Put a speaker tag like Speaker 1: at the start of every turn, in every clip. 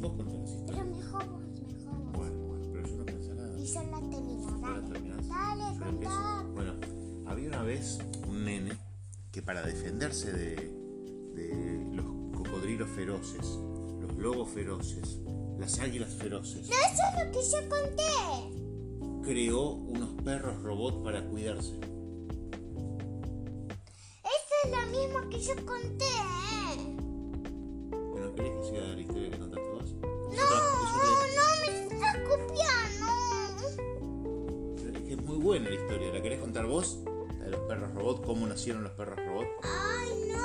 Speaker 1: poco el felicito.
Speaker 2: Pero mejor vos, mejor vos.
Speaker 1: Bueno, bueno, pero yo no pensé nada.
Speaker 2: Y son las
Speaker 1: ¿No la
Speaker 2: terminadas.
Speaker 1: terminás?
Speaker 2: Dale,
Speaker 1: Creo que eso-
Speaker 2: contá.
Speaker 1: Bueno, había una vez un nene que para defenderse de, de los cocodrilos feroces, los lobos feroces, las águilas feroces,
Speaker 2: No, eso es lo que yo conté.
Speaker 1: creó unos perros robot para cuidarse.
Speaker 2: Eso es lo mismo que yo conté. ¿eh?
Speaker 1: Bueno, ¿querés que siga la historia que contaste vos?
Speaker 2: No,
Speaker 1: Es otra-
Speaker 2: no me estás copiando.
Speaker 1: es otra- es que es muy buena la historia. ¿La querés contar vos? La de los perros robot, cómo nacieron los perros robot.
Speaker 2: Ay, no.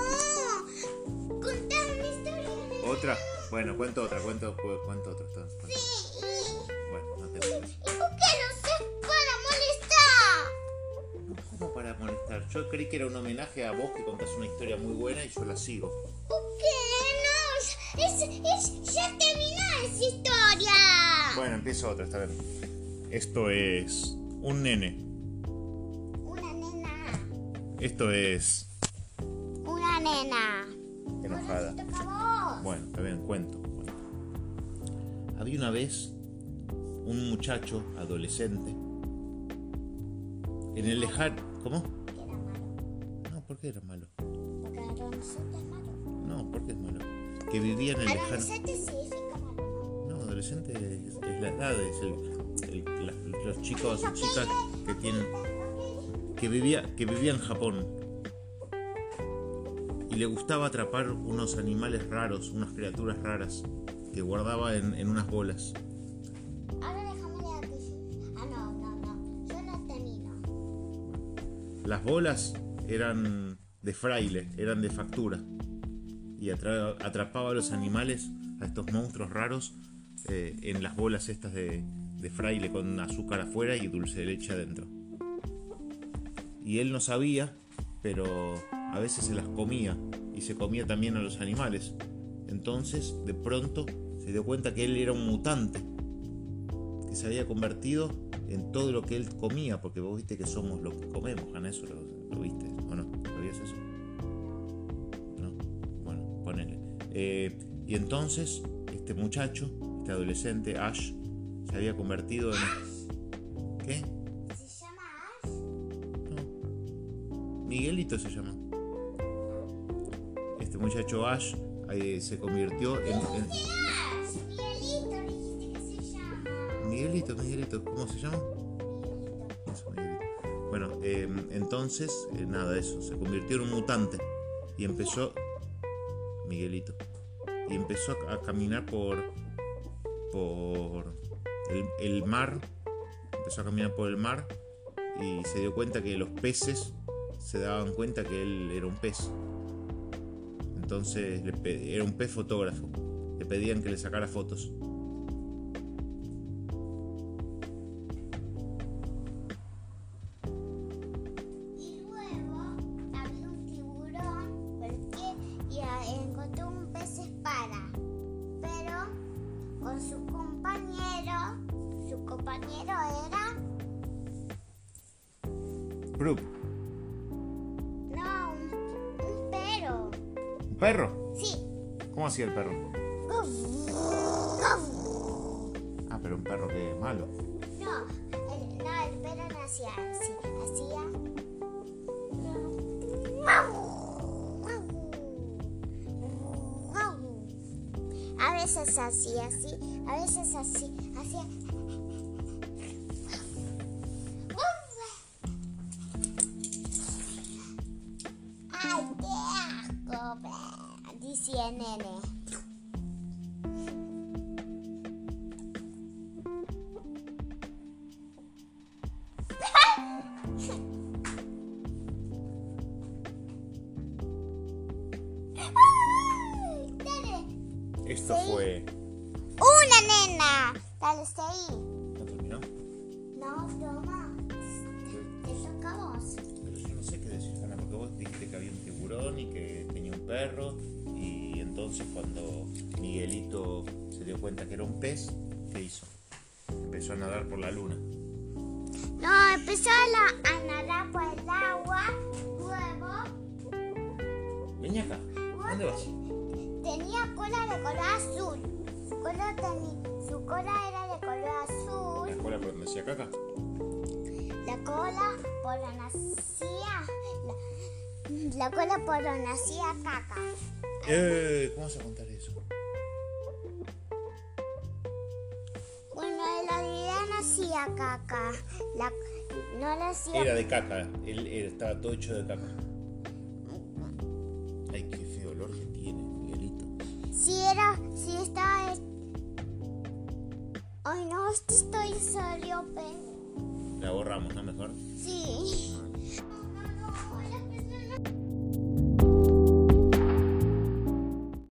Speaker 2: Contame mi historia.
Speaker 1: ¿Otra? Bueno, cuento otra, cuento, cuento otra. entonces, cuento.
Speaker 2: Sí.
Speaker 1: Bueno, no te
Speaker 2: ¿Y por qué no sé para molestar?
Speaker 1: No, como para molestar. Yo creí que era un homenaje a vos que contás una historia muy buena y yo la sigo.
Speaker 2: ¿Por qué no? Es, es, ya terminó esa historia.
Speaker 1: Bueno, empiezo otra, esta vez. Esto es un nene.
Speaker 2: Una nena.
Speaker 1: Esto es
Speaker 2: Una nena.
Speaker 1: enojada.
Speaker 2: Ahora te toca a vos.
Speaker 1: Bueno, está bien, cuento. cuento. Había una vez un muchacho adolescente en el lejano. ¿Cómo?
Speaker 2: Que era malo.
Speaker 1: No, ¿por qué era malo?
Speaker 2: Porque adolescente es malo.
Speaker 1: No, ¿por qué es malo? Que vivía en el lejano.
Speaker 2: Adolescente significa malo.
Speaker 1: No, adolescente es, es la edad, es el- el- la- los chicos, chicas que tienen que vivía que vivía en Japón y le gustaba atrapar unos animales raros, unas criaturas raras que guardaba en, en unas bolas.
Speaker 2: ¿no? Ahora déjame leer que sí. Ah, no, no, no. Yo no termino.
Speaker 1: Las bolas eran de fraile, eran de factura y atra- atrapaba a los animales, a estos monstruos raros eh, en las bolas estas de, de fraile con azúcar afuera y dulce de leche adentro. y él no sabía, pero a veces se las comía y se comía también a los animales. Entonces, de pronto, se dio cuenta que él era un mutante, que se había convertido en todo lo que él comía, porque vos viste que somos lo que comemos, Ana, eso lo, lo viste, ¿o no? ¿Sabías eso? No, bueno, ponele. Eh, y entonces, este muchacho, este adolescente, Ash, se había convertido en... ¿Qué?
Speaker 2: ¿Se llama Ash?
Speaker 1: No. Miguelito se llama. Este muchacho Ash eh, se convirtió en, en-
Speaker 2: Ash. Miguelito dijiste que se llama.
Speaker 1: Miguelito, Miguelito, ¿cómo se llama?
Speaker 2: Miguelito.
Speaker 1: Eso, Miguelito. Bueno, eh, entonces, eh, nada, eso, se convirtió en un mutante. Y empezó. Miguelito. Y empezó a, a caminar por. por. El, el mar. Empezó a caminar por el mar. Y se dio cuenta que los peces se daban cuenta que él era un pez. Entonces le pe- era un pez fotógrafo. Le pedían que le sacara fotos.
Speaker 2: Y luego había un tiburón porque y a- encontró un pez espada. Pero con su compañero, su compañero era
Speaker 1: Prup,
Speaker 2: no un, un pero.
Speaker 1: ¿Un perro?
Speaker 2: Sí.
Speaker 1: ¿Cómo hacía el perro?
Speaker 2: Guf, guf.
Speaker 1: Ah, pero un perro que es malo.
Speaker 2: No, el, no, el pero no hacía así, hacía. A veces así, así, a veces así, así. ¡Ay, qué asco! ve, Dice el nene. ¡Ay, dale!
Speaker 1: Esto fue.
Speaker 2: Una nena. Dale, seguí.
Speaker 1: ¿No terminó?
Speaker 2: No, toma. Te toca a vos.
Speaker 1: Pero yo no sé qué decir, Ana, porque vos dijiste que había un tiburón y que tenía un perro. Y entonces, cuando Miguelito se dio cuenta que era un pez, ¿qué hizo? Empezó a nadar por la luna.
Speaker 2: No, empezó a, la- a nadar por el agua. Luego
Speaker 1: Vení acá, ¿dónde vas?
Speaker 2: tenía cola de color azul. Su cola, teni- su cola era de color azul.
Speaker 1: ¿La cola por donde hacía caca?
Speaker 2: La cola por donde nacía. La, la cola por donde nacía caca.
Speaker 1: Eh, ¿Cómo vas a contar eso?
Speaker 2: Bueno, el orina nacía caca. La, no la hacía.
Speaker 1: Era de caca, eh. él, él estaba todo hecho de caca. Ay, qué feo olor que tiene, Miguelito.
Speaker 2: Si era, si estaba. Ay, no, estoy soriope.
Speaker 1: La borramos, ¿no? Mejor.
Speaker 2: Sí.